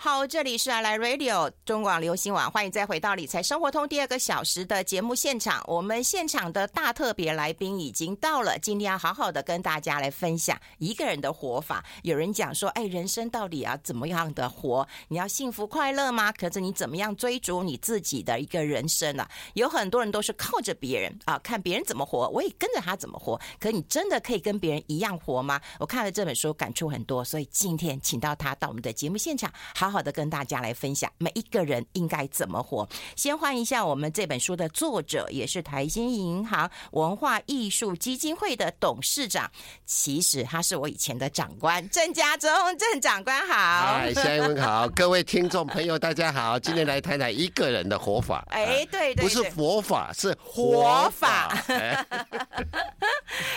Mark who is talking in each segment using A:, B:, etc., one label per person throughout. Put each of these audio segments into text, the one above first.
A: 好，这里是阿来 Radio 中广流行网，欢迎再回到理财生活通第二个小时的节目现场。我们现场的大特别来宾已经到了，今天要好好的跟大家来分享一个人的活法。有人讲说，哎，人生到底要怎么样的活？你要幸福快乐吗？可是你怎么样追逐你自己的一个人生呢、啊？有很多人都是靠着别人啊，看别人怎么活，我也跟着他怎么活。可你真的可以跟别人一样活吗？我看了这本书，感触很多，所以今天请到他到我们的节目现场。好好的跟大家来分享每一个人应该怎么活。先换一下我们这本书的作者，也是台新银行文化艺术基金会的董事长，其实他是我以前的长官郑家忠，郑长官好。
B: 嗨，哎夏一文好，各位听众朋友大家好，今天来谈谈一个人的活法。啊
A: 哎，对对对，
B: 不是佛法，是
A: 活
B: 活
A: 法
B: 法。哎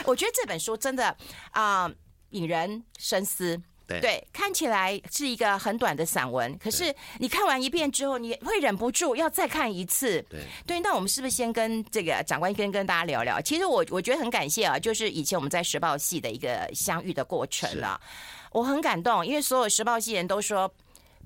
A: 我觉得这本书真的啊、引人深思。
B: 对
A: 看起来是一个很短的散文，可是你看完一遍之后，你会忍不住要再看一次。
B: 对
A: 对，那我们是不是先跟这个长官先跟大家聊聊？其实我我觉得很感谢啊，就是以前我们在时报系的一个相遇的过程啊，我很感动，因为所有时报系人都说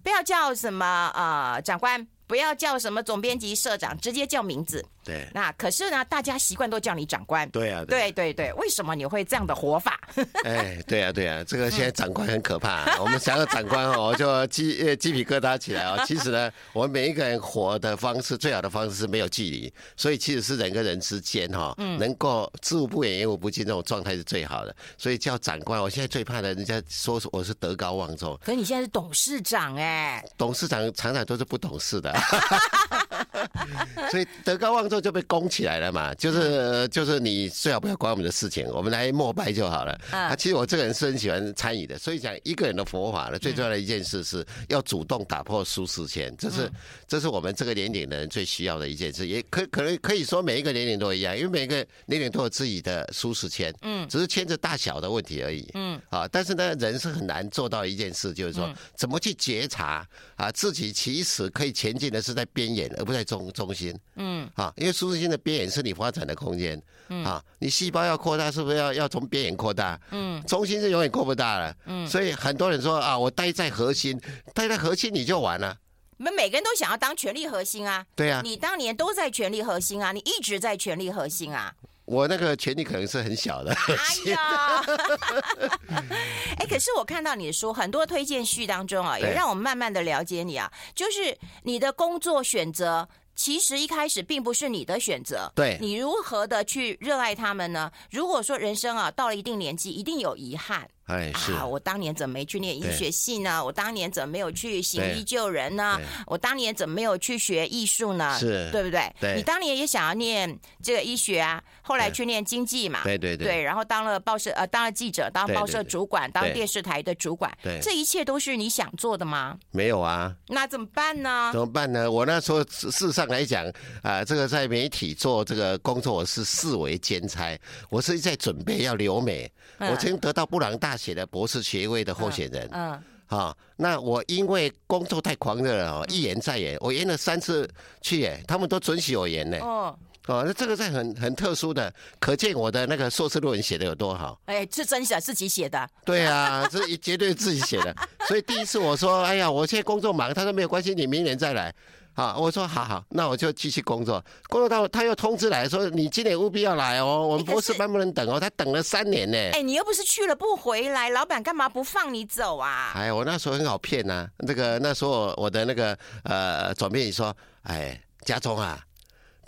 A: 不要叫什么呃长官，不要叫什么总编辑、社长，直接叫名字。
B: 对
A: 那可是呢，大家习惯都叫你长官。
B: 对啊，
A: 对对对，为什么你会这样的活法？
B: 哎，对啊，对啊，这个现在长官很可怕、我们想到长官哦，我就鸡呃鸡皮疙瘩起来哦。其实呢，我们每一个人活的方式，最好的方式是没有距离，所以其实是人跟人之间哈、
A: 嗯
B: 能够知无不言，言无不尽这种状态是最好的。所以叫长官，我现在最怕的人家说我是德高望重，
A: 可是你现在是董事长哎、
B: 董事长常常都是不懂事的， 所以德高望重就被拱起来了嘛。就是呃就是你最好不要管我们的事情，我们来膜拜就好了。
A: 嗯
B: 啊，其实我这个人是很喜欢参与的，所以讲一个人的佛法呢，最重要的一件事是要主动打破舒适圈，这是这是我们这个年龄的人最需要的一件事。也可可能可以说每一个年龄都一样，因为每个年龄都有自己的舒适圈，嗯，只是圈子大小的问题而已，嗯啊。但是呢，人是很难做到一件事，就是说怎么去觉察啊，自己其实可以前进的是在边缘，而不在中中心。嗯啊，因为舒适圈的边缘是你发展的空间。嗯啊，你细胞要扩大，是不是要要从边缘扩大？嗯，中心是永远扩不大了。嗯，所以很多人说啊，我待在核心，待在核心你就完了。
A: 我们每个人都想要当权力核心啊。
B: 对啊，
A: 你当年都在权力核心啊，你一直在权力核心啊。
B: 我那个权利可能是很小的。
A: 哎呀， 哎，可是我看到你的书很多推荐序当中啊，也
B: 对
A: 让我慢慢的了解你啊，就是你的工作选择。其实一开始并不是你的选择，
B: 对
A: 你如何的去热爱他们呢？如果说人生啊到了一定年纪，一定有遗憾，
B: 哎，是
A: 啊，我当年怎么没去念医学系呢？我当年怎么没有去行医
B: 对
A: 救人呢
B: 对？
A: 我当年怎么没有去学艺术呢？
B: 是
A: 啊对不对？
B: 对
A: 你当年也想要念这个医学啊，后来
B: 对
A: 去念经济嘛，
B: 对对对
A: 然后当了报社呃，当了记者，当
B: 对对
A: 报社
B: 对
A: 主管，当
B: 对
A: 电视台的主管，
B: 对
A: 这一切都是你想做的吗？
B: 没有啊，
A: 那怎么办呢
B: 怎？么办呢？我那时候事事实上来讲，啊、这个在媒体做这个工作，我是视为兼差，我是在准备要留美。
A: 嗯
B: 我曾经得到布朗大学的博士学位的候选人。
A: 嗯，
B: 啊、那我因为工作太狂热了哦，一言再言，我延了三次去耶，他们都准许我延呢。
A: 哦，
B: 哦，那这个是很很特殊的，可见我的那个硕士论文写的有多好。
A: 哎，是真的自己写的，
B: 对啊，这一绝对自己写的。所以第一次我说，哎呀，我现在工作忙，他说没有关系，你明年再来。啊，我说好好，那我就继续工作。工作到他又通知来说，你今年务必要来哦，我们
A: 哎可
B: 博士
A: 是
B: 班不能等哦，他等了三年呢。
A: 哎，你又不是去了不回来，老板干嘛不放你走啊？
B: 哎，我那时候很好骗呐、那个那时候我的那个呃总编辑说，哎，家中啊，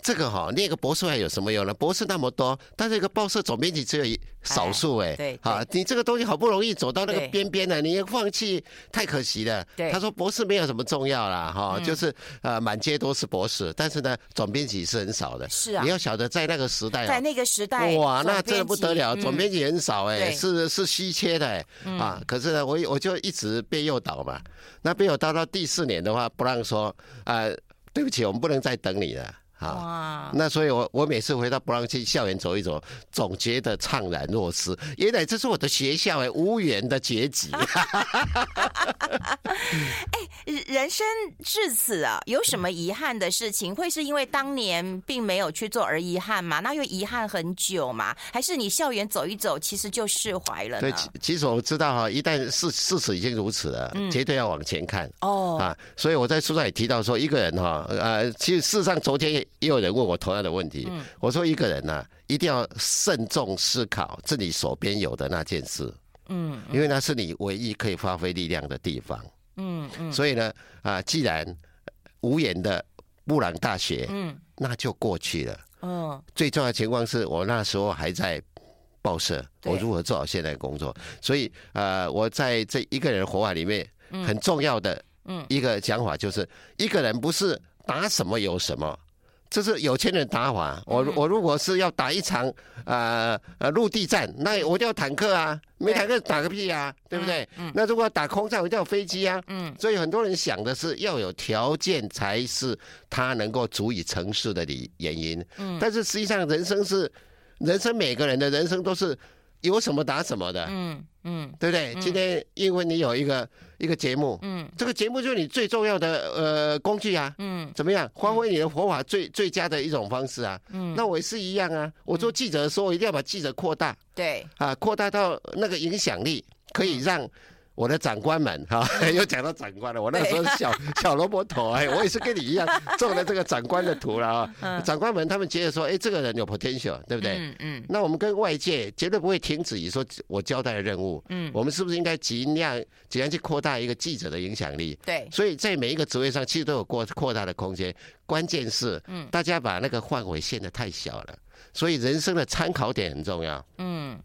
B: 这个哈、念个博士还有什么用呢？博士那么多，但是一个报社总编辑只有一少数哎、
A: 对
B: 啊，你这个东西好不容易走到那个
A: 对
B: 边边了，你也放弃太可惜了。
A: 对嗯
B: 他说博士没有什么重要啦，哈、就是呃满街都是博士，但是呢总编辑是很少的。
A: 是啊
B: 你要晓得在那个时代、哦，
A: 在那个时代，
B: 哇，那
A: 总
B: 真的不
A: 编辑
B: 得了，总
A: 嗯
B: 编辑很少哎、
A: 对嗯
B: 是是稀缺的、哎啊。可是呢，我我就一直被诱导嘛，那被诱导到第四年的话，不让说啊、对不起，我们不能再等你了。啊。
A: 哇，
B: 那所以我，我每次回到布朗区校园走一走，总觉得怅然若失。原来这是我的学校哎、无缘的结局。啊
A: 人人生至此啊，有什么遗憾的事情？会是因为当年并没有去做而遗憾吗？那又遗憾很久嘛？还是你校园走一走，其实就释怀了
B: 对，
A: 呢？
B: 其其实我知道哈，一旦事事实已经如此了，
A: 嗯
B: 绝对要往前看。
A: 哦，
B: 啊，所以我在书上也提到说，一个人哈，呃，其实事实上昨天也有人问我同样的问题，
A: 嗯
B: 我说一个人呢、一定要慎重思考自己手边有的那件事，
A: 嗯，
B: 因为那是你唯一可以发挥力量的地方，
A: 嗯嗯
B: 所以呢，啊、既然无言的布朗大学，
A: 嗯
B: 那就过去了。
A: 嗯，
B: 最重要的情况是我那时候还在报社，
A: 对
B: 我如何做好现在的工作？所以呃，我在这一个人活法里面，很重要的一个讲法就是，一个人不是打什么有什么。这是有钱人打法，我我如果是要打一场呃呃陆地战，那我就要坦克啊，没坦克打个屁啊，对不对？那如果要打空战，我就要飞机啊。嗯，所以很多人想的是要有条件才是他能够足以成事的理原因。
A: 嗯
B: 但是实际上人生是，人生每个人的人生都是有什么打什么的，
A: 嗯嗯
B: 对不对？今天因为你有一个一个节目，
A: 嗯，
B: 这个节目就是你最重要的呃工具啊，
A: 嗯，
B: 怎么样发挥你的佛法最最佳的一种方式啊？嗯，那我也是一样啊。我做记者的时候，我一定要把记者扩大
A: 对，
B: 啊，扩大到那个影响力可
A: 嗯
B: 以让。我的长官们哈、 又讲到长官了。我那时候是 小小萝卜头哎，我也是跟你一样中了这个长官的图了啊、长官们他们觉得说，哎，这个人有 potential，对不对？
A: 嗯嗯
B: 那我们跟外界绝对不会停止于说我交代的任务，
A: 嗯，
B: 我们是不是应该尽量尽量去扩大一个记者的影响力？
A: 对，
B: 所以在每一个职位上，其实都有扩扩大的空间。关键是，
A: 嗯
B: 大家把那个范围限得太小了。所以人生的参考点很重要，
A: 嗯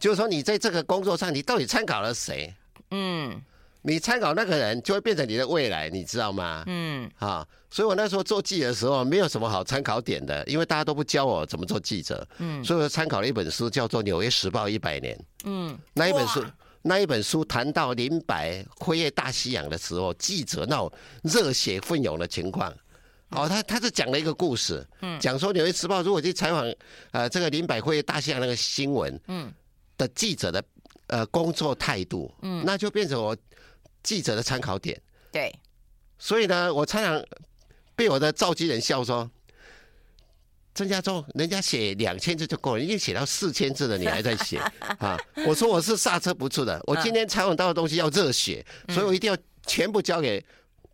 B: 就是说你在这个工作上，你到底参考了谁？
A: 嗯
B: 你参考那个人，就会变成你的未来，你知道吗？
A: 嗯
B: 啊，所以我那时候做记的时候，没有什么好参考点的，因为大家都不教我怎么做记者，
A: 嗯
B: 所以我参考了一本书，叫做《纽约时报一百年》。
A: 嗯，
B: 那一本书
A: 哇，
B: 那一本书谈到林白辉越大西洋的时候，记者那种热血奋勇的情况。
A: 嗯
B: 哦，他他是讲了一个故事，讲说《纽约时报》如果去采访呃这个林百惠大西洋那个新闻，
A: 嗯
B: 的记者的呃工作态度，嗯，那就变成我记者的参考点。
A: 对，
B: 所以呢，我常常被我的召集人笑说：“郑家忠，人家写两千字就够了，你已经写到四千字了，你还在写啊？”我说我是刹车不住的，我今天采访到的东西要热血，所以我一定要全部交给。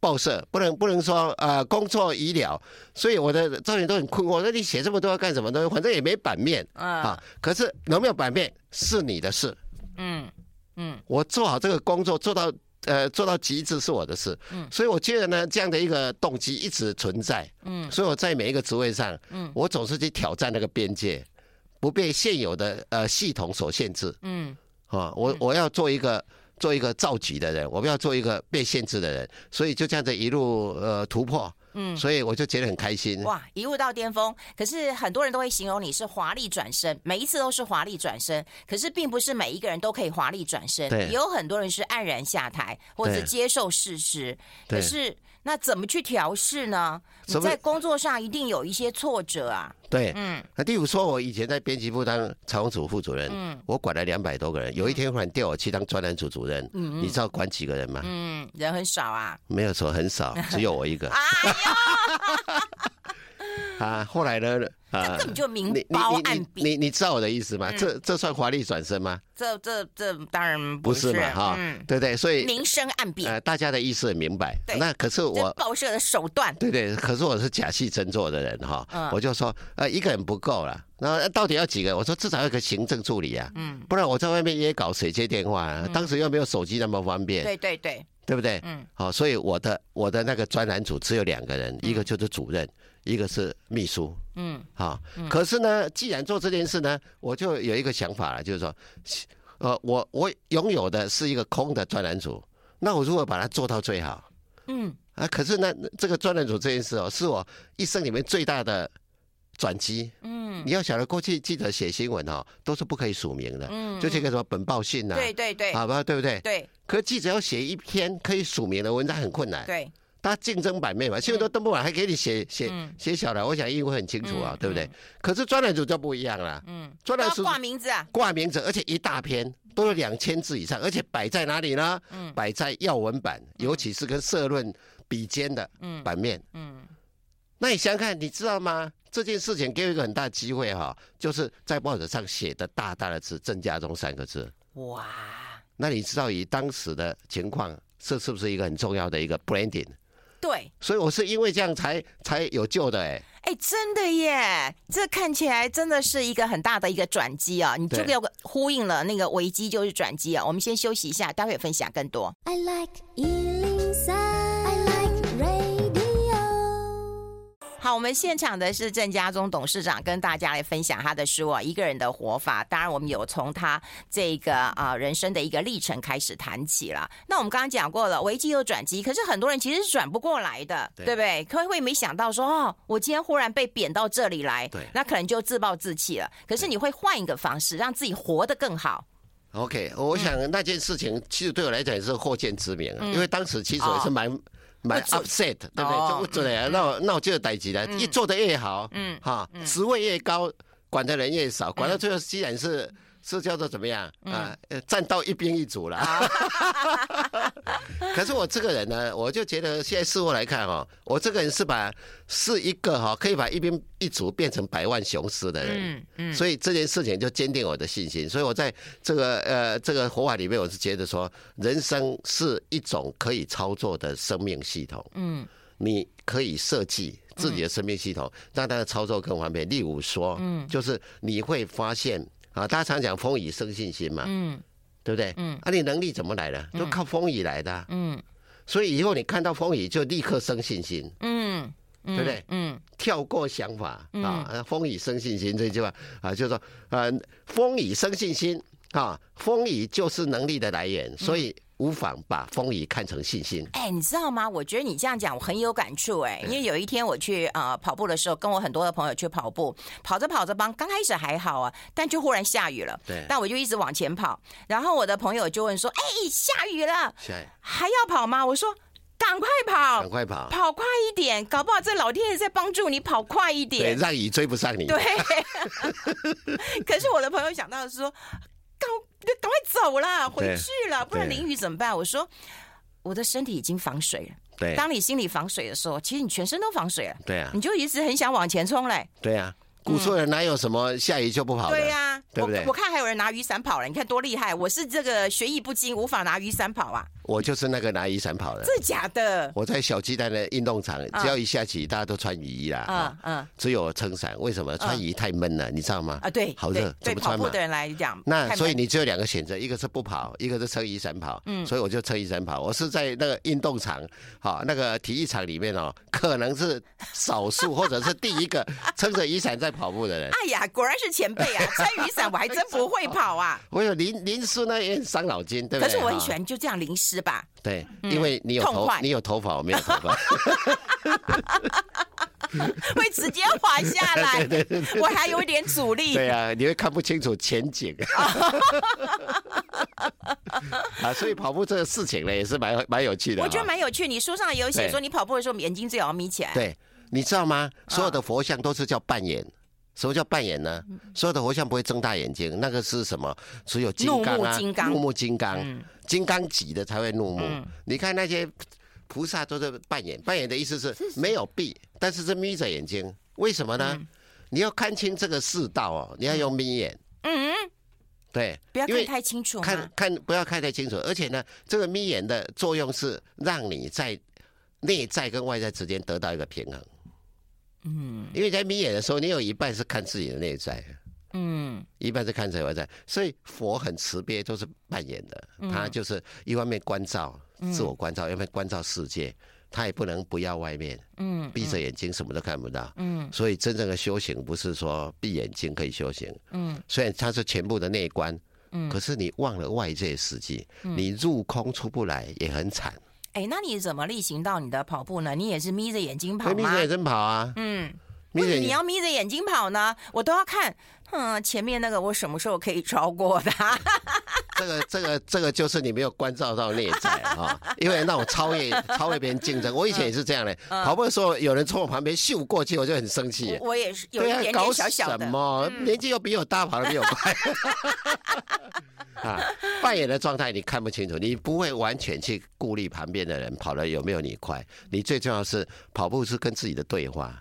B: 报社不能不能说呃工作已了，所以我的召集人都很困惑。那你写这么多要干什么呢？反正也没版面
A: 嗯
B: 啊。可是有没有版面是你的事，
A: 嗯嗯
B: 我做好这个工作，做到呃做到极致是我的事。嗯，所以我觉得呢，这样的一个动机一直存在。
A: 嗯，
B: 所以我在每一个职位上，
A: 嗯，
B: 我总是去挑战那个边界，不被现有的呃系统所限制
A: 嗯
B: 啊。我我要做一个。做一个造局的人，我不要做一个被限制的人，所以就这样子一路呃突破，
A: 嗯。
B: 所以我就觉得很开心。
A: 哇，一路到巅峰。可是很多人都会形容你是华丽转身，每一次都是华丽转身。可是并不是每一个人都可以华丽转身，
B: 对
A: 也有很多人是黯然下台，或是
B: 对
A: 接受事实。可
B: 对
A: 是那怎么去调试呢？你
B: 什么
A: 在工作上一定有一些挫折啊。
B: 对，
A: 嗯
B: 那例如说，我以前在编辑部当采访组副主任，
A: 嗯
B: 我管了两百多个人。有一天忽然调我去当专栏组主任，你知道管几个人吗？
A: 嗯，人很少啊。
B: 没有说很 少，只有我一个
A: 哎 呀，
B: 啊。后来呢，啊
A: 根本就明
B: 你你
A: 褒
B: 你
A: 暗
B: 你
A: 贬。
B: 你你知道我的意思
A: 嗯
B: 吗？这这算华丽转身吗？
A: 这这这当然
B: 不
A: 是
B: 是嘛，哈
A: 嗯，，
B: 对不对？所以
A: 明升暗贬，
B: 呃，大家的意思很明白
A: 对。
B: 那可是
A: 这
B: 我。
A: 报社的手段。
B: 对对，可是我是假戏真做的人哈，
A: 嗯
B: 我就说，呃，一个人不够了，那到底要几个？我说至少要一个行政助理啊，
A: 嗯
B: 不然我在外面也搞谁接电话啊？当时又没有手机那么方便，
A: 对对对，
B: 对不对？
A: 嗯，
B: 好、所以我的我的那个专栏组只有两个人，一个就是主任，一个是秘书。
A: 嗯，
B: 好、可是呢，既然做这件事呢，我就有一个想法了，就是说，呃，我我拥有的是一个空的专栏组，那我如何把它做到最好
A: 嗯
B: 啊？可是呢，这个专栏组这件事哦，是我一生里面最大的转机。
A: 嗯
B: 你要晓得，过去记者写新闻哦，都是不可以署名的，
A: 嗯，
B: 就这个什么本报信呐、
A: 对对对
B: 好吧，对不对？
A: 对
B: 可记者要写一篇可以署名的文章很困难。
A: 对，
B: 大家竞争版面嘛，新闻都登不完，还给你写写
A: 嗯
B: 写小的，我想英文很清楚啊
A: 嗯，
B: 对不对
A: 嗯？
B: 可是专栏组就不一样啦，
A: 嗯，
B: 专
A: 都
B: 栏
A: 要
B: 组
A: 挂名字啊，
B: 挂名者，而且一大篇都有两千字以上，而且摆在哪里呢？
A: 嗯
B: 摆在要闻版，尤其是跟社论比肩的
A: 嗯
B: 版面。
A: 嗯
B: 那你想想看，你知道吗？这件事情给我一个很大机会哈、就是在报纸上写的大大的字“郑家忠”三个字。
A: 哇，
B: 那你知道以当时的情况，这是不是一个很重要的一个 branding？
A: 对，
B: 所以我是因为这样才才有救的哎、
A: 哎，真的耶！这看起来真的是一个很大的一个转机啊！你这
B: 对
A: 个呼应了那个危机就是转机啊！我们先休息一下，待会分享更多。
C: I like Ealing Sound. I like radio.
A: 好，我们现场的是郑家忠董事长跟大家来分享他的书啊，《一个人的活法》。当然，我们有从他这个啊、呃人生的一个历程开始谈起了。那我们刚刚讲过了，危机有转机，可是很多人其实是转不过来的，对
B: 对
A: 不对？可能会没想到说，哦，我今天忽然被贬到这里来，
B: 对
A: 那可能就自暴自弃了。可是你会换一个方式，让自己活得更好。
B: OK，我想那件事情其实对我来讲也是获见之明啊，
A: 嗯
B: 因为当时其实我是蛮蛮
A: 不足
B: upset，对不对？
A: 哦
B: 就不准了，那我那我就有代级了，一做的越好，
A: 嗯
B: 哈，职位越高，管的人越少，管到最后既然是。是叫做怎么样
A: 嗯
B: 啊？呃站到一兵一卒了。
A: 啊
B: 可是我这个人呢，我就觉得现在事后来看哦，我这个人是把是一个哈、可以把一兵一卒变成百万雄师的人。
A: 嗯嗯，
B: 所以这件事情就坚定我的信心。所以我在这个呃这个活法里面，我是觉得说，人生是一种可以操作的生命系统。
A: 嗯，
B: 你可以设计自己的生命系统，让它的操作更方便。例如说，嗯，就是你会发现啊，大家常讲风雨生信心嘛，
A: 嗯
B: 对不对？
A: 嗯，
B: 啊，你能力怎么来的？都靠风雨来的啊、
A: 嗯
B: 所以以后你看到风雨就立刻生信心。
A: 嗯，对
B: 对不对？
A: 嗯
B: 跳过想法啊，呃风雨生信心这句话啊，就是说呃，风雨生信心啊，风雨就是能力的来
A: 嗯
B: 源，所以无妨把风雨看成信心。
A: 哎、你知道吗？我觉得你这样讲我很有感触哎、
B: 对
A: 因为有一天我去呃跑步的时候，跟我很多的朋友去跑步，跑着跑着帮，刚开始还好啊，但就忽然下雨了，
B: 对
A: 但我就一直往前跑，然后我的朋友就问说：“哎、下雨了，
B: 下来
A: 还要跑吗？”我说：“赶快跑，
B: 赶快跑，
A: 跑快一点，搞不好这老天爷在帮助你跑快一
B: 对，
A: 点。”
B: 让雨追不上你。
A: 对， 可是我的朋友想到的是说，赶赶快走啦，回
B: 对
A: 去了，不然
B: 对
A: 淋雨怎么办？我说。我的身体已经防水了，
B: 对
A: 当你嗯心里防水的时候，其实你全身都防水了，
B: 对哎啊
A: 你，就一直很想往前冲嘞。
B: 对啊，古时候人哪有什么下雨就不跑的？
A: 对呀、
B: 对不对
A: 我我看还有人拿雨伞跑了，你看多厉害！我是这个学艺不精，无法拿雨伞跑啊，
B: 我就是那个拿雨伞跑的。
A: 这假的。
B: 我在小鸡蛋的运动场，
A: 啊
B: 只要一下起，大家都穿雨衣啦，
A: 嗯
B: 啊
A: 嗯
B: 只有我撑伞。为什么？穿雨衣太闷了，你知道吗？
A: 啊，对，
B: 好
A: 对
B: 热，
A: 对
B: 怎么穿
A: 跑步
B: 嘛
A: 的？人来讲，
B: 那
A: 太
B: 所以
A: 闷
B: 你只有两个选择，一个是不跑，一个是撑雨伞跑。嗯，所以我就撑雨伞跑。我是在那个运动场，好、那个体育场里面哦，可能是少数或者是第一个撑着雨伞在跑步的人。
A: 哎呀，果然是前辈 啊！撑雨伞我还真不会跑啊，
B: 我有淋淋湿呢，也很伤脑筋， 对不
A: 可
B: 对？
A: 是我很喜
B: 哈
A: 欢就这样淋湿吧。
B: 对，因为你有
A: 痛
B: 头
A: 快，
B: 你有头发，我没有头 发。啊
A: 会直接滑下 来，我还有一点阻力。
B: 对啊，你会看不清楚前 景。 啊，所以跑步这个事情呢，也是蛮蛮有趣的哈。
A: 我觉得蛮有趣。你书上有写
B: 对
A: 说，你跑步的时候眼睛最好眯起来。
B: 对，你知道吗？
A: 啊
B: 所有的佛像都是叫扮演。什么叫扮演呢？所有的佛像不会睁大眼睛，那个是什么？只有金刚
A: 怒目
B: 啊，
A: 金刚
B: 怒目金刚，
A: 嗯
B: 金刚级的才会怒目。
A: 嗯
B: 你看那些菩萨都是扮演，扮演的意思是没有闭，但是是眯着眼睛。为什么呢？你要看清这个世道哦，你要用眯眼。
A: 嗯，
B: 对，
A: 不要
B: 因
A: 看
B: 为
A: 太清楚
B: 看
A: 嘛。
B: 看不要看太清楚，而且呢，这个眯眼的作用是让你在内在跟外在之间得到一个平衡。嗯，因为在眯眼的时候，你有一半是看自己的内在，
A: 嗯
B: 一半是看自己的外在，所以佛很慈悲，都是扮演的。他就是一方面关照自我关照，一方面关照世界，他也不能不要外面，
A: 嗯
B: 闭着眼睛什么都看不到。
A: 嗯
B: 所以真正的修行不是说闭眼睛可以修行，
A: 嗯，
B: 虽然它是全部的内观，
A: 嗯
B: 可是你忘了外界实际，你入空出不来也很惨。
A: 哎，那你怎么例行到你的跑步呢？你也是眯着眼睛
B: 所
A: 跑
B: 以眯
A: 吗
B: 着？眼睛跑啊，
A: 嗯，
B: 眯
A: 或
B: 着
A: 者
B: 眼
A: 你
B: 睛
A: 要眯着眼睛跑呢，我都要看，嗯，前面那个我什么时候可以超过他？
B: 这个这个这个就是你没有关照到内在啊、因为那种超越超越别人竞争，我以前也是这样的，
A: 嗯
B: 跑步的时候有人从我旁边咻过去，我就很生 气。
A: 我也是有一
B: 对啊，
A: 点
B: 搞
A: 点
B: 什
A: 小小的，嗯
B: 么？年纪又比我大，跑得比我快。 啊，扮演的状态你看不清楚，你不会完全去顾虑旁边的人跑得有没有你快。你最重要是跑步是跟自己的对话。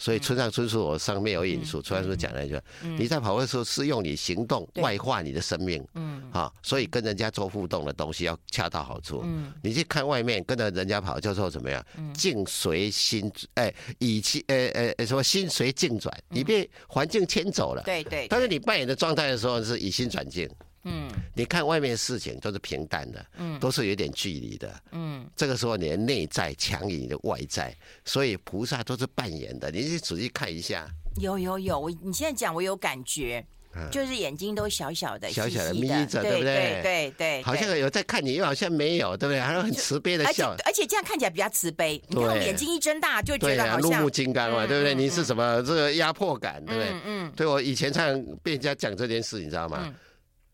B: 所
A: 嗯
B: 以村上春树，我上面有引述，村上春树讲了一句话：你在跑步的时候是用你行动
A: 对
B: 外化你的生命，
A: 嗯
B: 啊，所以跟人家做互动的东西要恰到好处。
A: 嗯
B: 你去看外面跟着人家跑，叫做怎么样？境随心，哎，以其，呃呃，呃什么心随境转，你被环境牵走了。
A: 嗯对对，
B: 但是你扮演的状态的时候是以心转境，
A: 嗯
B: 你看外面的事情都是平淡的，
A: 嗯
B: 都是有点距离的。
A: 嗯
B: 这个时候你的内在强于你的外在，所以菩萨都是扮演的。你去仔细看一下，
A: 有有有，我你现在讲我有感觉，就是眼睛都小小的、
B: 嗯小小的
A: 细细
B: 眯着
A: 对
B: 对
A: 对
B: 不对
A: 对对，
B: 好像有在看你，又好像没有，对不对？还有很慈悲的
A: 而且
B: 笑。
A: 而且这样看起来比较慈悲。你看我
B: 对
A: 眼睛一睁大，就觉
B: 对
A: 得
B: 啊，
A: 好
B: 怒
A: 像
B: 目金刚嘛，对不对？你是什么这个压迫感，对不对？
A: 嗯嗯
B: 对我以前常常被人家讲这件事，你知道吗？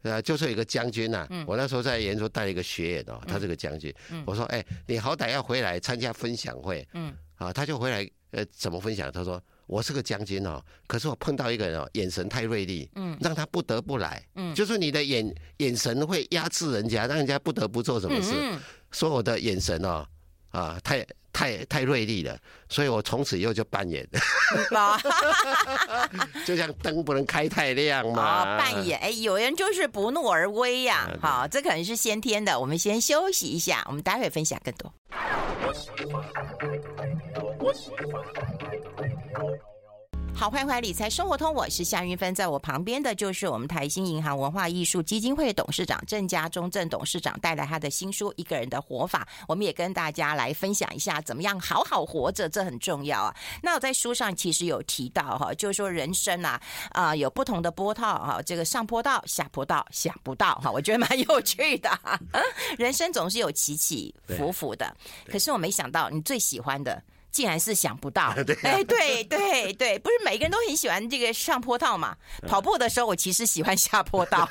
B: 呃，就是有一个将军呐、
A: 嗯
B: 我那时候在研究带了一个学员哦，他是个将军，我说，哎、你好歹要回来参加分享会，
A: 嗯
B: 啊，他就回来，呃，怎么分享？他说，我是个将军哦，可是我碰到一个人哦，眼神太锐利，
A: 嗯
B: 让他不得不来，
A: 嗯
B: 就是你的眼眼神会压制人家，让人家不得不做什么
A: 嗯
B: 事，
A: 嗯，
B: 说我的眼神哦，啊，太太太锐利了，所以我从此以后就扮演，
A: 啊
B: 就像灯不能开太亮嘛，
A: 啊，扮演哎，有人就是不怒而威呀、
B: 啊对
A: 好，这可能是先天的。我们先休息一下，我们待会分享更多。好，欢迎回来《理财生活通》，我是夏云芬，在我旁边的就是我们台新银行文化艺术基金会董事长郑家忠郑董事长带来他的新书《一个人的活法》，我们也跟大家来分享一下怎么样好好活着，这很重要啊。那我在书上其实有提到哈，就是说人生啊啊、有不同的波道哈，这个上坡道、下坡道、下坡道哈，我觉得蛮 有趣的。人生总是有起起伏伏的，可是我没想到你最喜欢的。竟然是想不到，
B: 啊
A: 哎，对对对，不是每个人都很喜欢这个上坡道嘛？
B: 嗯
A: 跑步的时候，我其实喜欢下坡 道。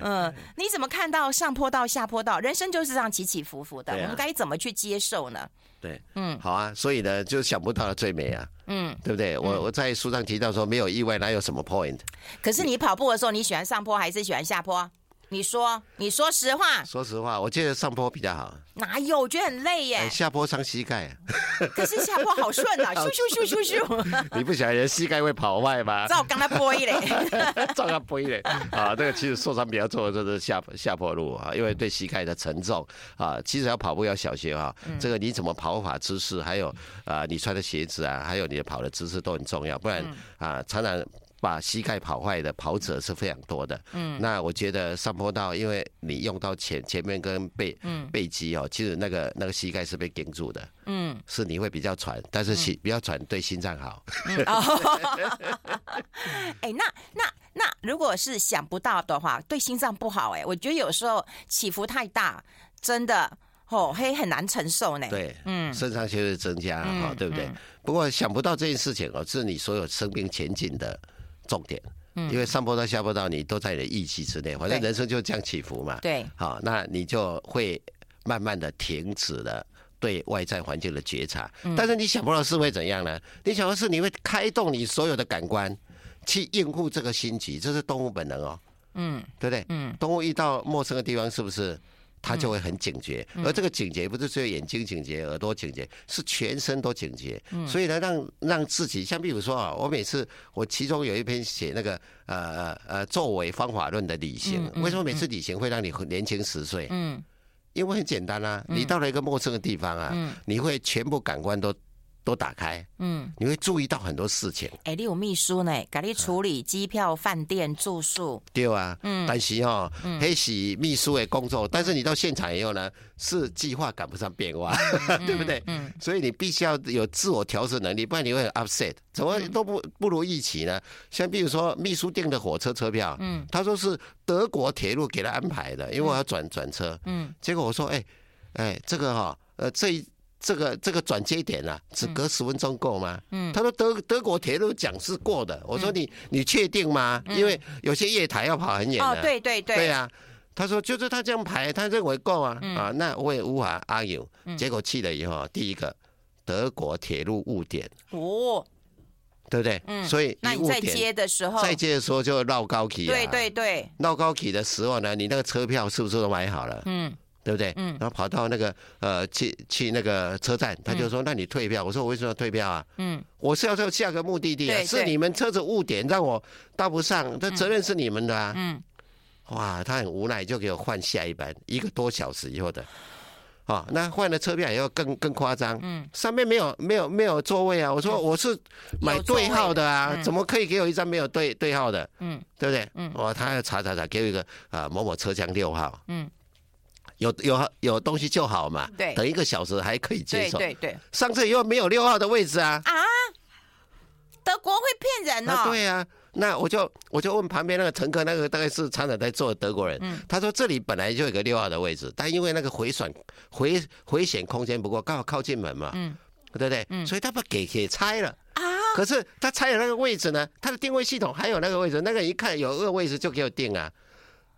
A: 嗯，你怎么看到上坡道、下坡道？人生就是这样起起伏伏的，
B: 对啊
A: 我们该怎么去接受呢？
B: 对，
A: 嗯
B: 嗯，好啊，所以呢，就想不到的最美啊，
A: 嗯，
B: 对不对？我我在书上提到说，没有意外哪有什么 point？
A: 可是你跑步的时候，你喜欢上坡还是喜欢下坡？你说，你说实话，
B: 说实话，我觉得上坡比较好，
A: 哪有？我觉得很累
B: 哎
A: 耶。
B: 下坡伤膝盖啊，
A: 可是下坡好顺啊，咻咻咻咻咻，
B: 你不想人膝盖会跑坏吗？
A: 照刚才播一嘞。
B: 照样不一点啊，这个其实受伤比较重的就是下下坡路啊，因为对膝盖的沉重啊，其实要跑步要小心啊。这个你怎么跑法、姿势，还有啊你穿的鞋子啊，还有你的跑的姿势都很重要，不然啊常常。把膝盖跑坏的跑者是非常多的，嗯，那我觉得上坡道，因为你用到前前面跟背背肌哦，其实那个那个膝盖是被顶住的，
A: 嗯，
B: 是你会比较喘，但是心比较喘对心脏好，
A: 哎，那那那，如果是想不到的话，对心脏不好哎。我觉得有时候起伏太大，真的哦，嘿，很难承受呢。，
B: 对，
A: 嗯
B: 肾上腺素增加哈、
A: 嗯
B: 对不对？
A: 嗯
B: 不过想不到这件事情哦，是你所有生命前进的重点，因为上坡道下坡道你都在你的预期之内，反正
A: 嗯对
B: 人生就这样起伏嘛。
A: 对，
B: 好，那你就会慢慢的停止了。对外在环境的觉察，
A: 嗯
B: 但是你想不到是会怎样呢？你想到是你会开动你所有的感官，去应付这个新奇，这是动物本能哦。
A: 嗯
B: 对不对？
A: 嗯，
B: 动物遇到陌生的地方，是不是它就会很警觉？
A: 嗯
B: 而这个警觉不是只有眼睛警觉、耳朵警觉，是全身都警觉。
A: 嗯
B: 所以呢，让让自己，像比如说啊，我每次我其中有一篇写那个呃呃呃作为方法论的旅行，为什么每次旅行会让你很年轻十岁？
A: 嗯
B: 因为很简单啊，你到了一个陌生的地方啊，你会全部感官都都打开，
A: 嗯。
B: 你会注意到很多事情。
A: 哎，你有秘书呢，给你处理机票、饭店、住宿。
B: 对啊，
A: 嗯
B: 但是哦，黑喜秘书的工作，但是你到现场以后呢，是计划赶不上变化， 对不对？
A: 嗯
B: 所以你必须要有自我调整能力，不然你会很 upset，怎么都不不如预期呢？像比如说秘书订的火车车票，
A: 嗯
B: 他说是德国铁路给他安排的，因为我要转转车，
A: 嗯
B: 结果我说，哎、哎、这个哈、呃，这一这个这个转接点啊，只
A: 嗯
B: 隔十分钟够吗？嗯，他说德德国铁路讲是过的，我
A: 嗯
B: 说你、你确定吗？因为有些月台要跑很远的、
A: 哦，对对嗯对，
B: 啊对呀、他说就是他这样排，他认为够啊、啊，那我也无法阿有。
A: 嗯
B: 结果去了以后，第一个德国铁路误点，
A: 哦，
B: 对不对？
A: 嗯
B: 所以
A: 那
B: 一
A: 你
B: 误
A: 在
B: 点
A: 接的时候，
B: 再接的时候就绕高铁、啊，
A: 对对对，
B: 绕高铁的时候呢，你那个车票是不是都买好了？
A: 嗯
B: 对不对？
A: 嗯
B: 然后跑到那个呃，去去那个车站，他就说：“那你退票。”我说：“我为什么要退票啊？
A: 嗯，
B: 我是要到下个目的地、啊，
A: 对嗯
B: 是
A: 对
B: 你们车子误点让我到不上，这责任是你们的啊。
A: 嗯”
B: 哇，他很无奈，就给我换下一班，一个多小时以后的。啊、那换了车票以后更更夸张，
A: 嗯，
B: 上面没有没有没有座位啊！我说我是买
A: 有座位
B: 对号的啊，
A: 嗯
B: 怎么可以给我一张没有对对号的？
A: 嗯
B: 对不对？
A: 嗯
B: 哦，他要查查查，给我一个啊、某某车厢六号，
A: 嗯，
B: 有有有东西就好嘛，
A: 对
B: 等一个小时还可以接
A: 对
B: 受。
A: 对对，
B: 上次以后没有六号的位置啊，
A: 啊，德国会骗人
B: 啊
A: 哦，
B: 对啊，那我就我就问旁边那个乘客，那个大概是厂长在做的德国人，
A: 嗯
B: 他说这里本来就有一个六号的位置，但因为那个回转回回旋空间不够，刚好靠近门嘛，
A: 嗯
B: 对不对？
A: 嗯
B: 所以他把给给拆了。
A: 啊，
B: 可是他拆的那个位置呢，他的定位系统还有那个位置，那个一看有二位置就给我定啊，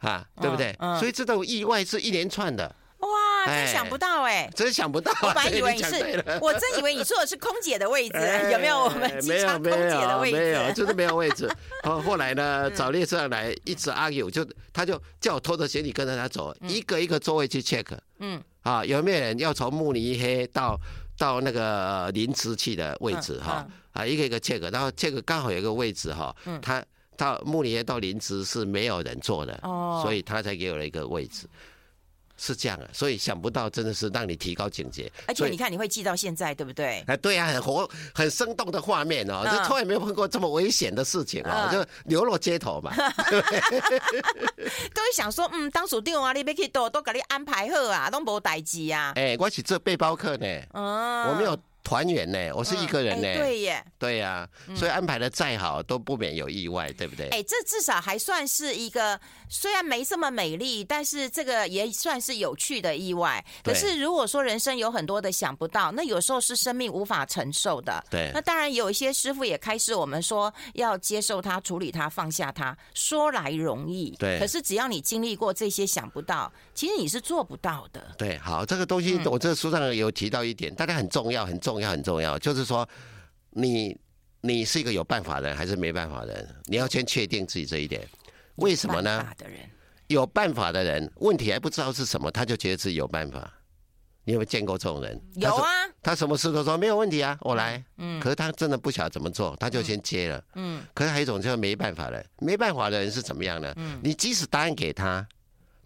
B: 啊，对不对？
A: 嗯嗯
B: 所以这种意外是一连串的，
A: 哇，真
B: 哎
A: 想不到哎。
B: 真想不到、啊。
A: 我本来
B: 这个
A: 以为
B: 你
A: 你
B: 讲对
A: 是
B: 了，
A: 我真以为你坐的是空姐的位置
B: 哎，
A: 有没有？我们机
B: 没有
A: 场空
B: 没有
A: 姐的位
B: 没有，
A: 置，
B: 就是没有位置。后后来呢，找列车来一直 argue，就他就叫我拖着行李跟着他走，一个一个座位去 check
A: 嗯
B: 啊，有没有人要从慕尼黑到到那个林茨去的位置
A: 嗯
B: 哈啊，一个一个 check，然后 check 刚好有一个位置哈
A: 嗯，
B: 他到慕尼黑到林茨是没有人坐的，
A: 哦
B: 所以他才给我了一个位置。是这样啊，所以想不到真的是让你提高警觉，
A: 而且
B: 所以
A: 你看你会记到现在，对不对？
B: 哎，对啊，很活、很生动的画面哦，
A: 嗯
B: 就从来没有碰过这么危险的事情哦，
A: 嗯
B: 就流落街头 嘛。
A: 都会想说，嗯，当属定啊，你别去都都给你安排好啊，都无代志啊。
B: 哎，我是这背包客呢，
A: 嗯，
B: 我没有团员呢，我是一个人
A: 哎
B: 呢。
A: 对耶，
B: 对呀，所以安排的再好，都不免有意外，对不对？
A: 哎，这至少还算是一个，虽然没这么美丽，但是这个也算是有趣的意外。可
B: 对
A: 是如果说人生有很多的想不到，那有时候是生命无法承受的。
B: 对
A: 那当然有一些师傅也开始我们说要接受它、处理它、放下它，说来容易，
B: 对
A: 可是只要你经历过这些想不到，其实你是做不到的。
B: 对，好，这个东
A: 嗯
B: 西我这书上有提到一点，大家很重要，很重要，很重要，就是说你你是一个有办法的人还是没办法的人，你要先确定自己这一点。为什么呢？
A: 办法的人，
B: 有办法的人，问题还不知道是什么，他就觉得自己有办法。你有没有见过这种人？
A: 有
B: 他说，
A: 啊，
B: 他什么事都说没有问题啊，我来。
A: 嗯
B: 可是他真的不晓得怎么做，他就先接了。
A: 嗯
B: 可是还有一种就是没办法的，没办法的人是怎么样呢？
A: 嗯
B: 你即使答案给他，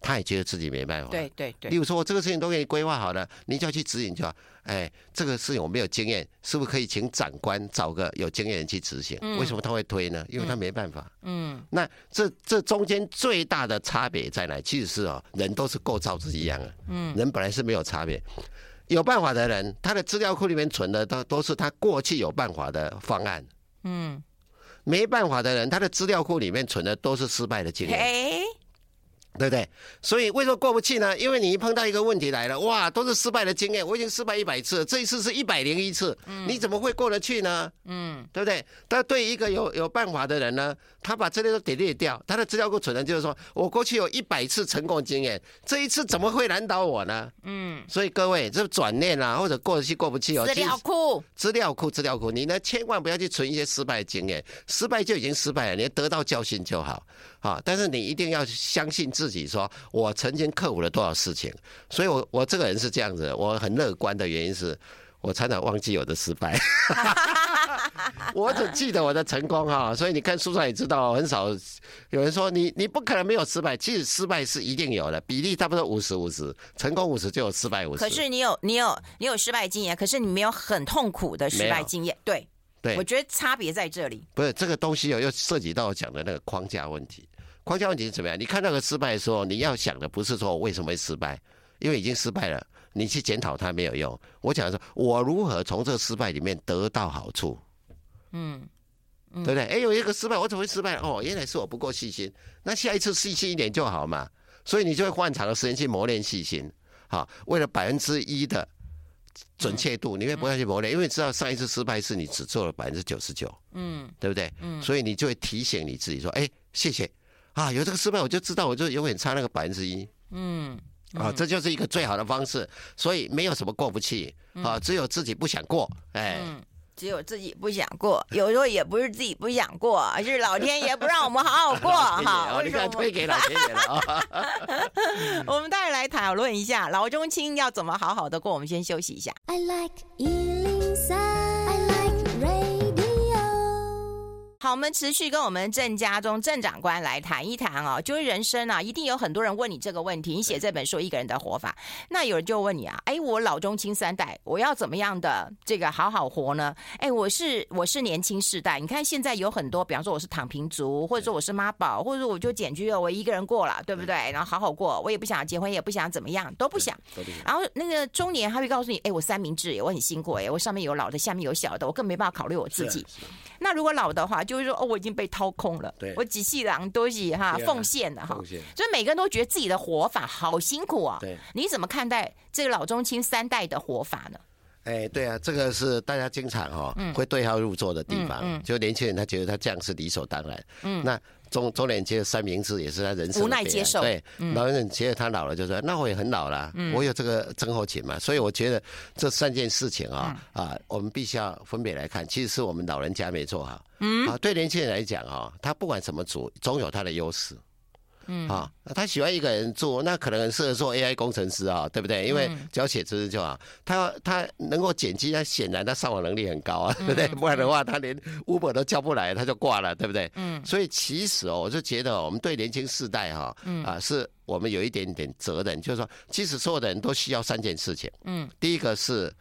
B: 他也觉得自己没办法。
A: 对对
B: 例
A: 对，
B: 如说，我这个事情都给你规划好了，你就要去指引就好。哎，这个事情我没有经验，是不是可以请长官找个有经验的人去执行？为什么他会推呢？因为他没办法。
A: 嗯
B: 那这这中间最大的差别在哪？其实是哦，人都是构造是一样啊，嗯，人本来是没有差别。有办法的人，他的资料库里面存的都都是他过去有办法的方案；
A: 嗯，
B: 没办法的人，他的资料库里面存的都是失败的经验，
A: 嘿，
B: 对不对？所以为什么过不去呢？因为你一碰到一个问题来了，哇，都是失败的经验，我已经失败一百次了，这一次是一百零一次，你怎么会过得去呢？
A: 嗯
B: 对不对？但对一个有有办法的人呢，他把这些都 delete 掉，他的资料库存的就是说我过去有一百次成功经验，这一次怎么会难倒我呢？
A: 嗯，
B: 所以各位，这转念啊，或者过得去过不去哦，
A: 资料
B: 其实
A: 库，
B: 资料库资料库，你呢千万不要去存一些失败的经验，失败就已经失败了，你得到教训就好啊。但是你一定要相信自己说我曾经克服了多少事情，所以我我这个人是这样子的，我很乐观的原因是。我常常忘记我的失败， 我只记得我的成功哈、所以你看书上也知道，很少有人说你你不可能没有失败，其实失败是一定有的，比例差不多五十五十，成功五十就有失败五十。
A: 可是你有你有你有失败经验，可是你没有很痛苦的失败经验。对，
B: 对
A: 我，觉得差别在这里。
B: 不是这个东西哦，又涉及到我讲的那个框架问题。框架问题是怎么样？你看那个失败的时候，你要想的不是说我为什么会失败，因为已经失败了，你去检讨它没有用。我讲的是我如何从这个失败里面得到好处，
A: 嗯，
B: 对不对？哎，有一个失败，我怎么会失败？哦，原来是我不够细心。那下一次细心一点就好嘛。所以你就会花很长的时间去磨练细心。好，为了百分之一的准确度，你会不会去磨练，因为你知道上一次失败是你只做了百分之九十九，
A: 嗯
B: 对不对？嗯，所以你就会提醒你自己说，哎，谢谢啊，有这个失败我就知道，我就永远差那个百分之一。
A: 嗯
B: 啊，这就是一个最好的方式，所以没有什么过不去啊，只有自己不想过，哎，
A: 嗯，只有自己不想过， 有时候也不是自己不想过，而是老天爷不让我们好好 过哈。
B: 哦，
A: 为
B: 你
A: 什么
B: 看？推给老天爷了 啊！
A: 我们待会来讨论一下老中青要怎么好好的过。我们先休息一下。
C: I like Ealing Sound. I like radio.
A: 好，我们持续跟我们郑家中郑长官来谈一谈哦，就是人生啊，一定有很多人问你这个问题。你写这本书《一个人的活法》，那有人就问你啊，哎，我老中青三代，我要怎么样的这个好好活呢？哎，我是我是年轻世代，你看现在有很多，比方说我是躺平族，或者说我是妈宝，或者说我就简居了，我一个人过了，对不对？然后好好过，我也不想结婚，也不想怎么样，都不想。然后那个中年他会告诉你，哎，我三明治耶，我很辛苦哎，我上面有老的，下面有小的，我更没办法考虑我自己。那如果老的话，就是说哦，我已经被掏空了，
B: 对
A: 我几细郎都是哈
B: 对啊
A: 奉献了哈
B: 奉献，
A: 所以每个人都觉得自己的活法好辛苦啊、
B: 对
A: 你怎么看待这个老中青三代的活法呢？
B: 哎，对啊，这个是大家经常哈、
A: 嗯
B: 哦、会对号入座的地方，就年轻人他觉得他这样是理所当然，嗯，那。中中年接的三明治也是他人生的
A: 无奈
B: 悲哀
A: 接受嗯
B: 对，老人觉得他老了就说，那我也很老了，我有这个症候群嘛，所以我觉得这三件事情啊、
A: 嗯
B: 啊，我们必须要分别来看，其实是我们老人家没做好，嗯，啊，对年轻人来讲啊、他不管什么组，总有他的优势，嗯啊，他喜欢一个人做，那可能很适合做 AI 工程师啊、对不对？因为
A: 嗯
B: 只要写知识就好。他他能够剪辑，他显然他上网能力很高啊，
A: 嗯
B: 对不对？不然的话，他连 Uber 都叫不来，他就挂了，对不对？嗯。所以其实哦，我就觉得哦我们对年轻世代哈、
A: 嗯
B: 啊，是我们有一点点责任，就是说，其实所有的人都需要三件事情。
A: 嗯，
B: 第一个是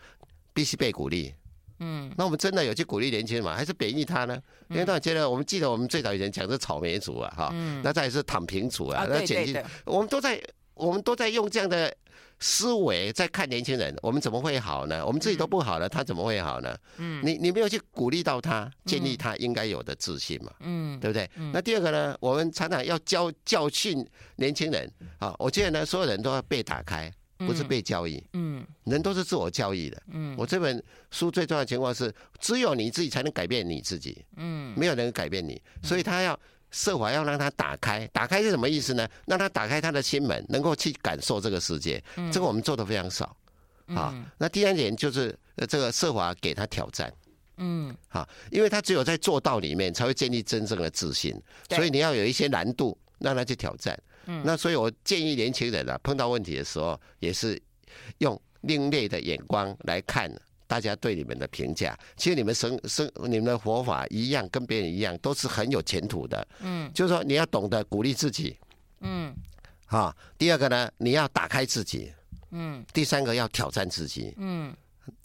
B: 必须被鼓励。
A: 嗯，
B: 那我们真的有去鼓励年轻人吗？还是贬义他呢？因为大家觉得，我们记得我们最早以前讲是草莓族啊，哈、那再来是躺平族
A: 嗯
B: 啊，
A: 啊
B: 那
A: 对
B: 简
A: 对
B: 直
A: 对
B: 我们都在我们都在用这样的思维在看年轻人，我们怎么会好呢？我们
A: 嗯
B: 自己都不好了，他怎么会好呢？嗯，你你没有去鼓励到他，建立他应该有的自信嘛，
A: 嗯
B: 对不对？那第二个呢，我们常常要教教训年轻人啊，我觉得呢，所有人都要被打开，不是被教育。
A: 嗯
B: 人都是自我教育的。嗯，我这本书最重要的情况是，只有你自己才能改变你自己。嗯，没有人改变你，所以他要设法要让他打开。打开是什么意思呢？让他打开他的心门，能够去感受这个世界。这个我们做的非常少。
A: 嗯
B: 啊，那第三点就是呃这个设法给他挑战。
A: 嗯，
B: 啊，因为他只有在做到里面，才会建立真正的自信。
A: 对
B: 所以你要有一些难度，让他去挑战。嗯，那所以我建议年轻人啊，碰到问题的时候，也是用另类的眼光来看大家对你们的评价。其实你们生生你们的活法一样，跟别人一样，都是很有前途的。嗯，就是说你要懂得鼓励自己。
A: 嗯
B: 啊，第二个呢，你要打开自己。
A: 嗯
B: 第三个要挑战自己。
A: 嗯。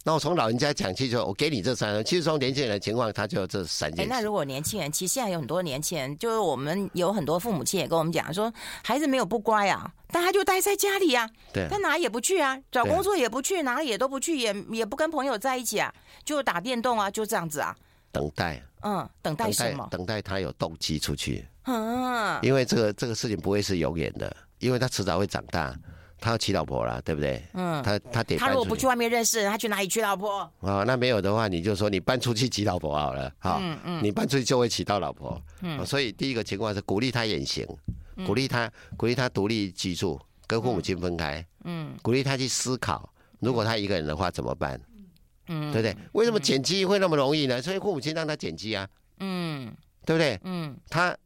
B: 那我从老人家讲起，就我给你这三个。其实从年轻人的情况，他就有这三
A: 哎、
B: 件事。
A: 那如果年轻人，其实现在有很多年轻人，就是我们有很多父母亲也跟我们讲说，孩子没有不乖啊，但他就待在家里啊，
B: 对
A: 他哪也不去啊，找
B: 对
A: 工作也不去，哪里也都不去，也也不跟朋友在一起啊，就打电动啊，就这样子啊。
B: 等待，
A: 嗯，等待
B: 等
A: 什
B: 待
A: 么，？
B: 等待他有动机出去，
A: 嗯，
B: 因为这个这个事情不会是永远的，因为他迟早会长大，他要娶老婆了，对不对？
A: 嗯
B: 他他得
A: 他
B: 搬
A: 如果
B: 出
A: 不去
B: 去
A: 外面认识人，他去哪里娶老婆？
B: 啊、那没有的话，你就说你搬出去娶老婆好了，哈、嗯嗯，你搬出去就会娶到老婆。嗯，所以第一个情况是鼓励他远行，鼓励他鼓励他独立居住，跟父母亲分开，
A: 嗯
B: 鼓励他去思考，如果他一个人的话怎么办？
A: 嗯
B: 对不对？为什么减肌会那么容易呢？所以父母亲让他减肌啊，
A: 嗯
B: 对不对？
A: 嗯，
B: 他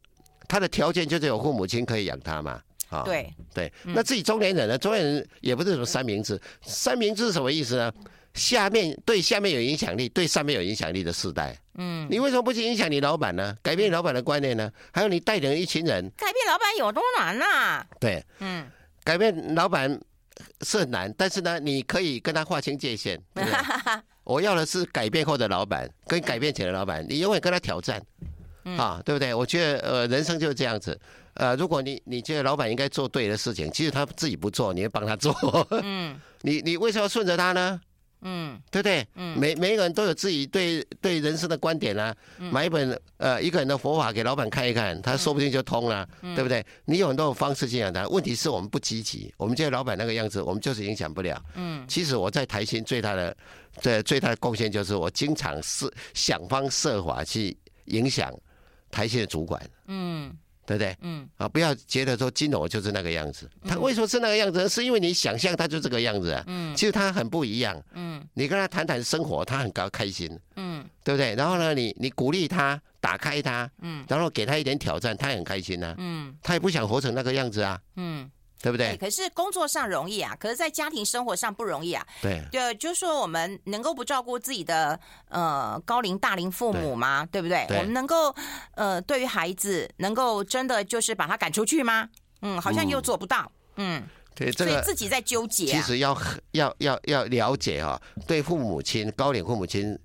B: 他的条件就是有父母亲可以养他嘛。啊、
A: 对，
B: 对，那自己中年人呢？中年人也不是什么三明治，三明治是什么意思呢？下面对下面有影响力，对上面有影响力的世代，
A: 嗯，
B: 你为什么不去影响你老板呢？改变老板的观念呢？还有你带领一群人，
A: 改变老板有多难呐、
B: 对，
A: 嗯，
B: 改变老板是很难，但是呢，你可以跟他划清界限。对不对我要的是改变后的老板，跟改变前的老板，你永远跟他挑战，啊，对不对？我觉得呃，人生就是这样子。呃，如果你你觉得老板应该 做对的事情，其实他自己不做，你会帮他做。嗯，你你为什么要顺着他呢？
A: 嗯
B: 对不对？
A: 嗯
B: 每每一个人都有自己对对人生的观点啊。
A: 嗯
B: 买一本呃一个人的佛法给老板看一看，他说不定就通了，
A: 嗯
B: 对不对？你有很多种方式去影响他，问题是我们不积极，我们就像老板那个样子，我们就是影响不了。
A: 嗯，
B: 其实我在台新最大的最最大的贡献就是我经常是想方设法去影响台新的主管，
A: 嗯
B: 对不对？
A: 嗯
B: 啊，不要觉得说金融就是那个样子，他为什么是那个样子呢？是因为你想象他就这个样子啊。
A: 嗯
B: 其实他很不一样，
A: 嗯
B: 你跟他谈谈生活，他很高开心，
A: 嗯
B: 对不对？然后呢，你你鼓励他，打开他，
A: 嗯
B: 然后给他一点挑战，他也很开心啊，
A: 嗯
B: 他也不想活成那个样子啊，
A: 嗯，
B: 对不
A: 哎
B: 对？
A: 可是工作上容易啊，可是在家庭生活上不容易啊。
B: 对，
A: 对，就是说我们能够不照顾自己的呃高龄大龄父母吗？对不对？
B: 对
A: 我们能够呃对于孩子能够真的就是把他赶出去吗？嗯，好像又做不到。嗯，
B: 对这
A: 所以
B: 个
A: 自己在纠结、
B: 其
A: 啊。
B: 实要要要要了解啊、对父母亲高龄父母亲，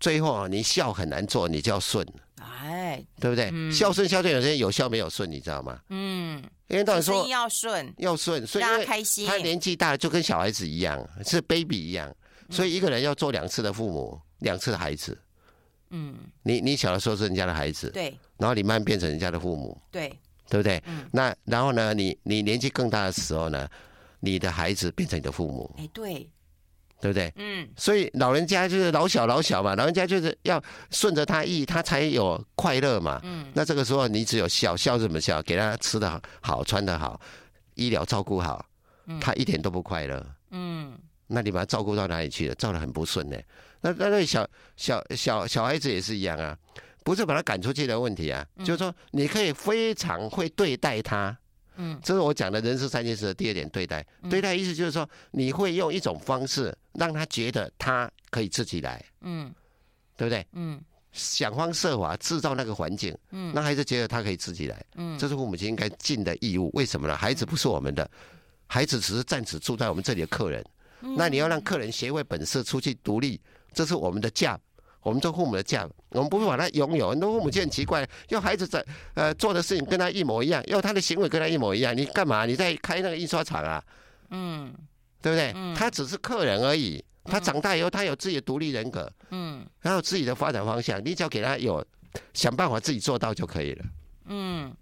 B: 最后啊你孝很难做，你就要顺，
A: 哎，
B: 对不对？孝顺孝顺，有些人有孝没有顺，你知道吗？
A: 嗯，
B: 因为到底
A: 声
B: 说
A: 音要顺，
B: 要顺，所以因
A: 让
B: 为
A: 他开心。
B: 他年纪大了就跟小孩子一样，是 baby 一样，所以一个人要做两次的父母，两次的孩子。
A: 嗯，
B: 你你小的时候是人家的孩子，
A: 对
B: 然后你慢慢变成人家的父母，
A: 对，
B: 对不对？
A: 嗯
B: 那然后呢，你你年纪更大的时候呢，你的孩子变成你的父母，
A: 哎对，
B: 对不对？
A: 嗯
B: 所以老人家就是老小老小嘛，老人家就是要顺着他意，他才有快乐嘛。
A: 嗯
B: 那这个时候你只有孝，孝怎么孝？给他吃的好，穿的好，医疗照顾好，他一点都不快乐。
A: 嗯
B: 那你把他照顾到哪里去了？照的很不顺呢、那那那小小小小孩子也是一样啊，不是把他赶出去的问题啊，就是说你可以非常会对待他。
A: 嗯，
B: 这是我讲的人生三件事的第二点，对待。对待意思就是说，你会用一种方式让他觉得他可以自己来，
A: 嗯
B: 对不对？
A: 嗯
B: 想方设法制造那个环境，
A: 嗯
B: 让孩子觉得他可以自己来，
A: 嗯
B: 这是父母亲应该尽的义务。为什么呢？孩子不是我们的，孩子只是暂时住在我们这里的客人。
A: 嗯
B: 那你要让客人学会本事，出去独立，这是我们的 job，我们做父母的 job，我们不会把他拥有。很多父母就很奇怪，要孩子在呃做的事情跟他一模一样，要他的行为跟他一模一样，你干嘛？你在开那个印刷厂啊，
A: 嗯
B: 对不对？他只是客人而已。他长大以后，他有自己的独立人格，
A: 嗯
B: 然后自己的发展方向，你只要给他有想办法自己做到就可以了。
A: 嗯，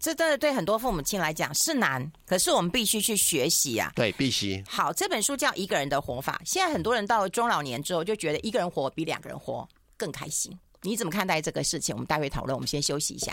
A: 这真的对很多父母亲来讲是难，可是我们必须去学习啊。
B: 对，必须。
A: 好，这本书叫《一个人的活法》。现在很多人到了中老年之后，就觉得一个人活比两个人活更开心。你怎么看待这个事情？我们待会讨论。我们先休息一下。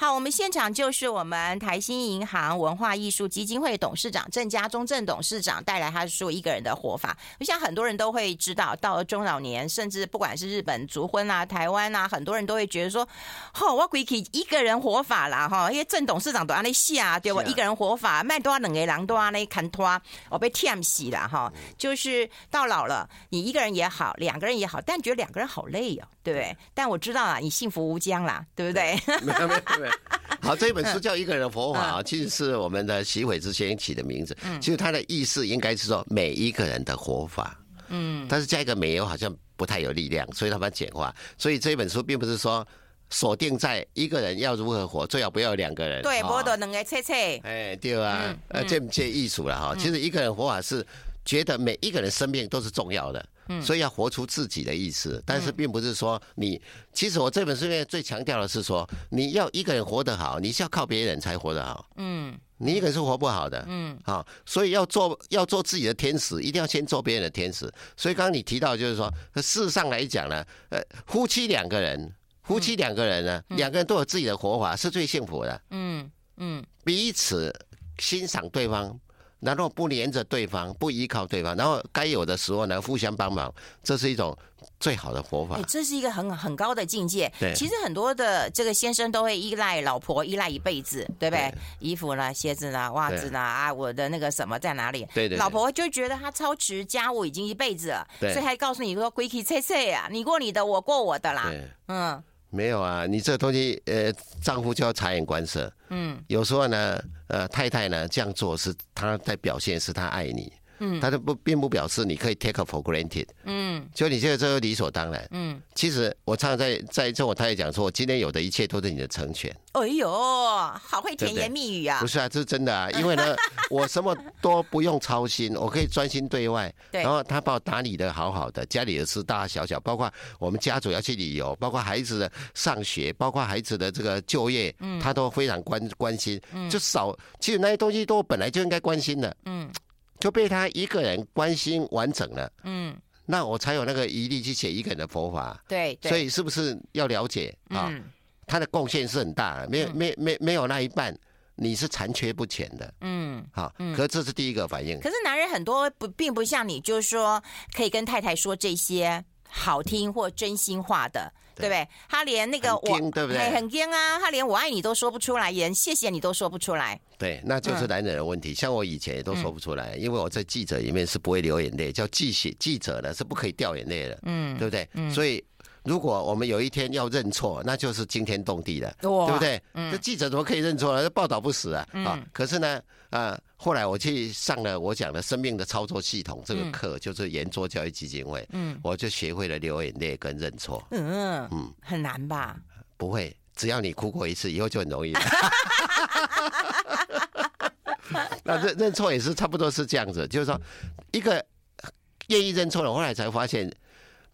A: 好，我们现场就是我们台新银行文化艺术基金会董事长郑家忠郑董事长带来他的书《一个人的活法》。我想很多人都会知道，到了中老年，甚至不管是日本族婚啊、台湾啊，很多人都会觉得说，吼、我鬼去一个人活法啦，哈，因为郑董事长都安尼写啊，对吧？
B: 是啊
A: 一个人活法，卖多两个人都安尼砍拖，我被舔死了哈。
B: 嗯
A: 就是到老了，你一个人也好，两个人也好，但觉得两个人好累哦，对
B: 嗯
A: 不对？但我知道啊，你幸福无疆啦，对不对？
B: 没有没有没有。好，这一本书叫《一个人的佛法》啊，其实是我们的习伟之先起的名字。其实它的意思应该是说每一个人的活法。嗯，但是加一个“没有”好像不太有力量，所以他把它简化。所以这本书并不是说锁定在一个人要如何活，最好不要有两个人。
A: 对，
B: 哦
A: 波多两个切切，
B: 哎，对啊，
A: 嗯
B: 呃，这不介艺术了哈。其实一个人活法是觉得每一个人生命都是重要的，
A: 嗯
B: 所以要活出自己的意思。但是并不是说你，其实我这本书里面最强调的是说，你要一个人活得好，你是要靠别人才活得好。
A: 嗯
B: 你一个人是活不好的，
A: 嗯，
B: 好，所以要做要做自己的天使，一定要先做别人的天使。所以刚刚你提到，就是说，事实上来讲呢，呃，夫妻两个人，夫妻两个人呢，两个人都有自己的活法，是最幸福的。
A: 嗯嗯
B: 彼此欣赏对方，然后不黏着对方，不依靠对方，然后该有的时候呢互相帮忙，这是一种最好的活法
A: 哎，。这是一个很很高的境界。
B: 对
A: 其实很多的这个先生都会依赖老婆，依赖一辈子，对不对
B: 对？
A: 衣服啦、鞋子啦、袜子啦啊，我的那个什么在哪里？
B: 对对对
A: 老婆就觉得她操持家务已经一辈子了，所
B: 对
A: 以还告诉你说归去切切啊，你过你的，我过我的啦。
B: 对，
A: 嗯
B: 哎没有啊，你这东西，呃，丈夫就要察言观色。
A: 嗯
B: 有时候呢，呃，太太呢这样做是她在表现是她爱你，
A: 嗯
B: 它就不并不表示你可以 take for granted，
A: 嗯
B: 就你这个这个理所当然。
A: 嗯，
B: 其实我常常在在跟我太太讲说，我今天有的一切都是你的成全，
A: 哎呦，好会甜言蜜语啊
B: 不！是啊，这是真 的啊。因为呢，我什么都不用操心，我可以专心对外。
A: 对
B: 然后他把我打理的好好的，家里的事大大小小，包括我们家族要去旅游，包括孩子的上学，包括孩子的这个就业，
A: 嗯
B: 他都非常关关心。就少，其实那些东西都我本来就应该关心的，
A: 嗯
B: 就被他一个人关心完整了，
A: 嗯，
B: 那我才有那个余力去写一个人的佛法。
A: 对对，
B: 所以是不是要了解啊？
A: 嗯
B: 他的贡献是很大的，没有没没没有那一半，你是残缺不全的。
A: 嗯。
B: 好，可是这是第一个反应。
A: 可是男人很多不并不像你，就是说可以跟太太说这些好听或真心话的，对
B: 对
A: 不对？他连那个
B: 很
A: 我
B: 硬对不对
A: 哎很硬啊，他连我爱你都说不出来，连谢谢你都说不出来。
B: 对，那就是
A: 嗯
B: 男人的问题。像我以前也都说不出来，因为我在记者里面是不会流眼泪，叫记写记者呢是不可以掉眼泪的，
A: 嗯，
B: 对不对？所以如果我们有一天要认错，那就是惊天动地的，
A: 哇嗯
B: 对不对？这记者怎么可以认错呢？这报道不死啊！啊，可是呢，啊，后来我去上了我讲的生命的操作系统这个课，就是圆桌教育基金会，
A: 嗯
B: 我就学会了流眼泪跟认错。
A: 嗯
B: 嗯
A: 很难吧？
B: 不会，只要你哭过一次，以后就很容易了。 那认认错也是差不多是这样子，就是说，一个愿意认错的，后来才发现，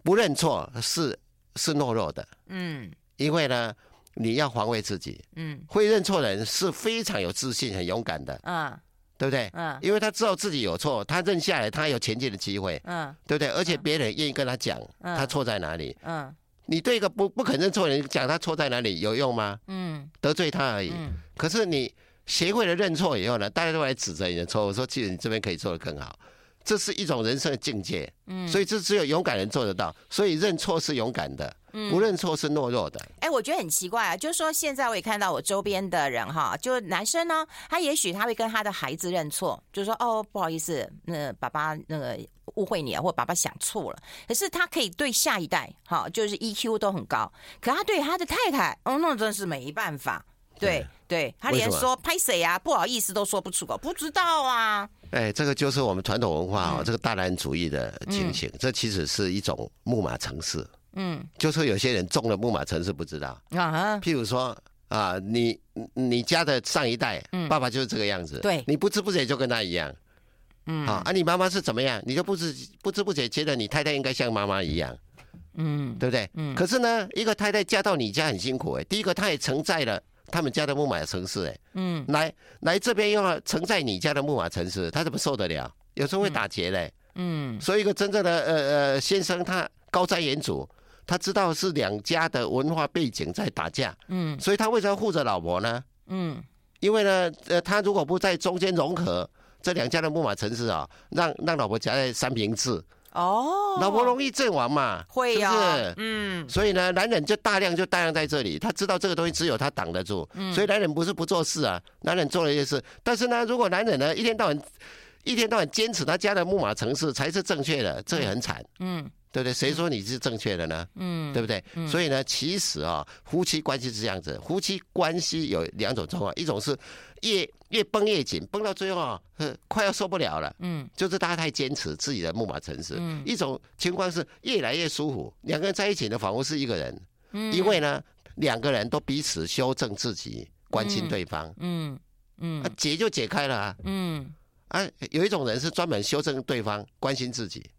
B: 不认错是是懦弱的，
A: 嗯
B: 因为呢，你要防卫自己。
A: 嗯
B: 会认错的人是非常有自信、很勇敢的，
A: 嗯
B: 对不对？
A: 嗯
B: 因为他知道自己有错，他认下来，他有前进的机会，
A: 嗯
B: 对不对？而且别人愿意跟他讲
A: 嗯
B: 他错在哪里。
A: 嗯
B: 你对一个不不肯认错的人讲他错在哪里有用吗？
A: 嗯
B: 得罪他而已。
A: 嗯
B: 可是你学会了认错以后呢，大家都来指责你的错误，说其实你这边可以做得更好，这是一种人生的境界。
A: 嗯，
B: 所以这只有勇敢人做得到。所以认错是勇敢的，不认错是懦弱的。
A: 哎、我觉得很奇怪啊，就是说现在我也看到我周边的人哈，就男生呢，他也许他会跟他的孩子认错，就说哦不好意思，那爸爸那个误会你了，或爸爸想错了。可是他可以对下一代哈，就是 EQ 都很高，可他对他的太太，哦那真是没办法。对对，他
B: 为什
A: 连
B: 么
A: 说拍谁啊，不好意思都说不出口，不知道啊。
B: 哎，这个就是我们传统文化哦，这个大男主义的情形。这其实是一种木马城市，
A: 嗯
B: 就是有些人中了木马城市不知道。
A: 啊哈，
B: 譬如说啊，你你家的上一代，爸爸就是这个样子，
A: 嗯对
B: 你不知不觉就跟他一样，嗯，啊，啊，你妈妈是怎么样，你就不知不知不觉觉得你太太应该像妈妈一样，
A: 嗯
B: 对不对？嗯，可是呢，一个太太嫁到你家很辛苦哎、第一个她也承载了。他们家的木马城市、哎，
A: 嗯
B: 来来这边又要承载你家的木马城市，她怎么受得了？有时候会打结嘞、
A: 嗯
B: 所以一个真正的呃呃先生，他高瞻远瞩，他知道是两家的文化背景在打架，
A: 嗯
B: 所以他为什么要护着老婆呢？
A: 嗯
B: 因为呢，呃，他如果不在中间融合这两家的木马城市啊、让让老婆夹在三明治，
A: 哦，
B: 老婆容易阵亡嘛，
A: 会啊
B: 是
A: 呀、
B: 不是？
A: 嗯
B: 所以呢，男人就大量就大量在这里，他知道这个东西只有他挡得住，
A: 嗯
B: 所以男人不是不做事啊，男人做了一些事，但是呢，如果男人呢一天到晚一天到晚坚持他家的木马城市才是正确的，这也很惨。
A: 嗯
B: 对不对？谁说你是正确的呢？
A: 嗯
B: 对不对？所以呢，其实啊、夫妻关系是这样子，夫妻关系有两种状况，一种是越越绷越紧，绷到最后啊、呃快要受不了了，
A: 嗯
B: 就是大家太坚持自己的木马城市；一种情况是越来越舒服，两个人在一起呢，仿佛是一个人，
A: 嗯
B: 因为呢，两个人都彼此修正自己，关心对方，
A: 嗯嗯
B: 啊，解就解开了啊。
A: 嗯。
B: 啊，有一种人是专门修正对方，关心自己。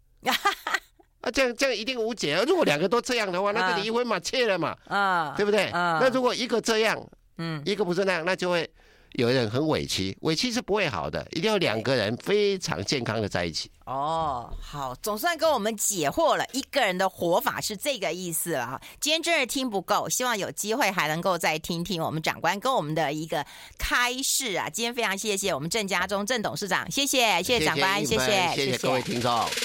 B: 啊，这样这样一定无解啊！如果两个都这样的话，那
A: 啊
B: 就离婚嘛，切了嘛，
A: 啊，
B: 对不对？
A: 啊
B: 那如果一个这样，
A: 嗯
B: 一个不是那样，那就会有人很委屈，委屈是不会好的，一定要两个人非常健康的在一起。
A: 哦，好，总算跟我们解惑了，一个人的活法是这个意思了啊。今天真是听不够，希望有机会还能够再听听我们长官跟我们的一个开示啊。今天非常谢谢我们郑家忠郑董事长，谢谢谢谢长官，
B: 谢
A: 谢
B: 谢
A: 谢
B: 谢谢各位听众。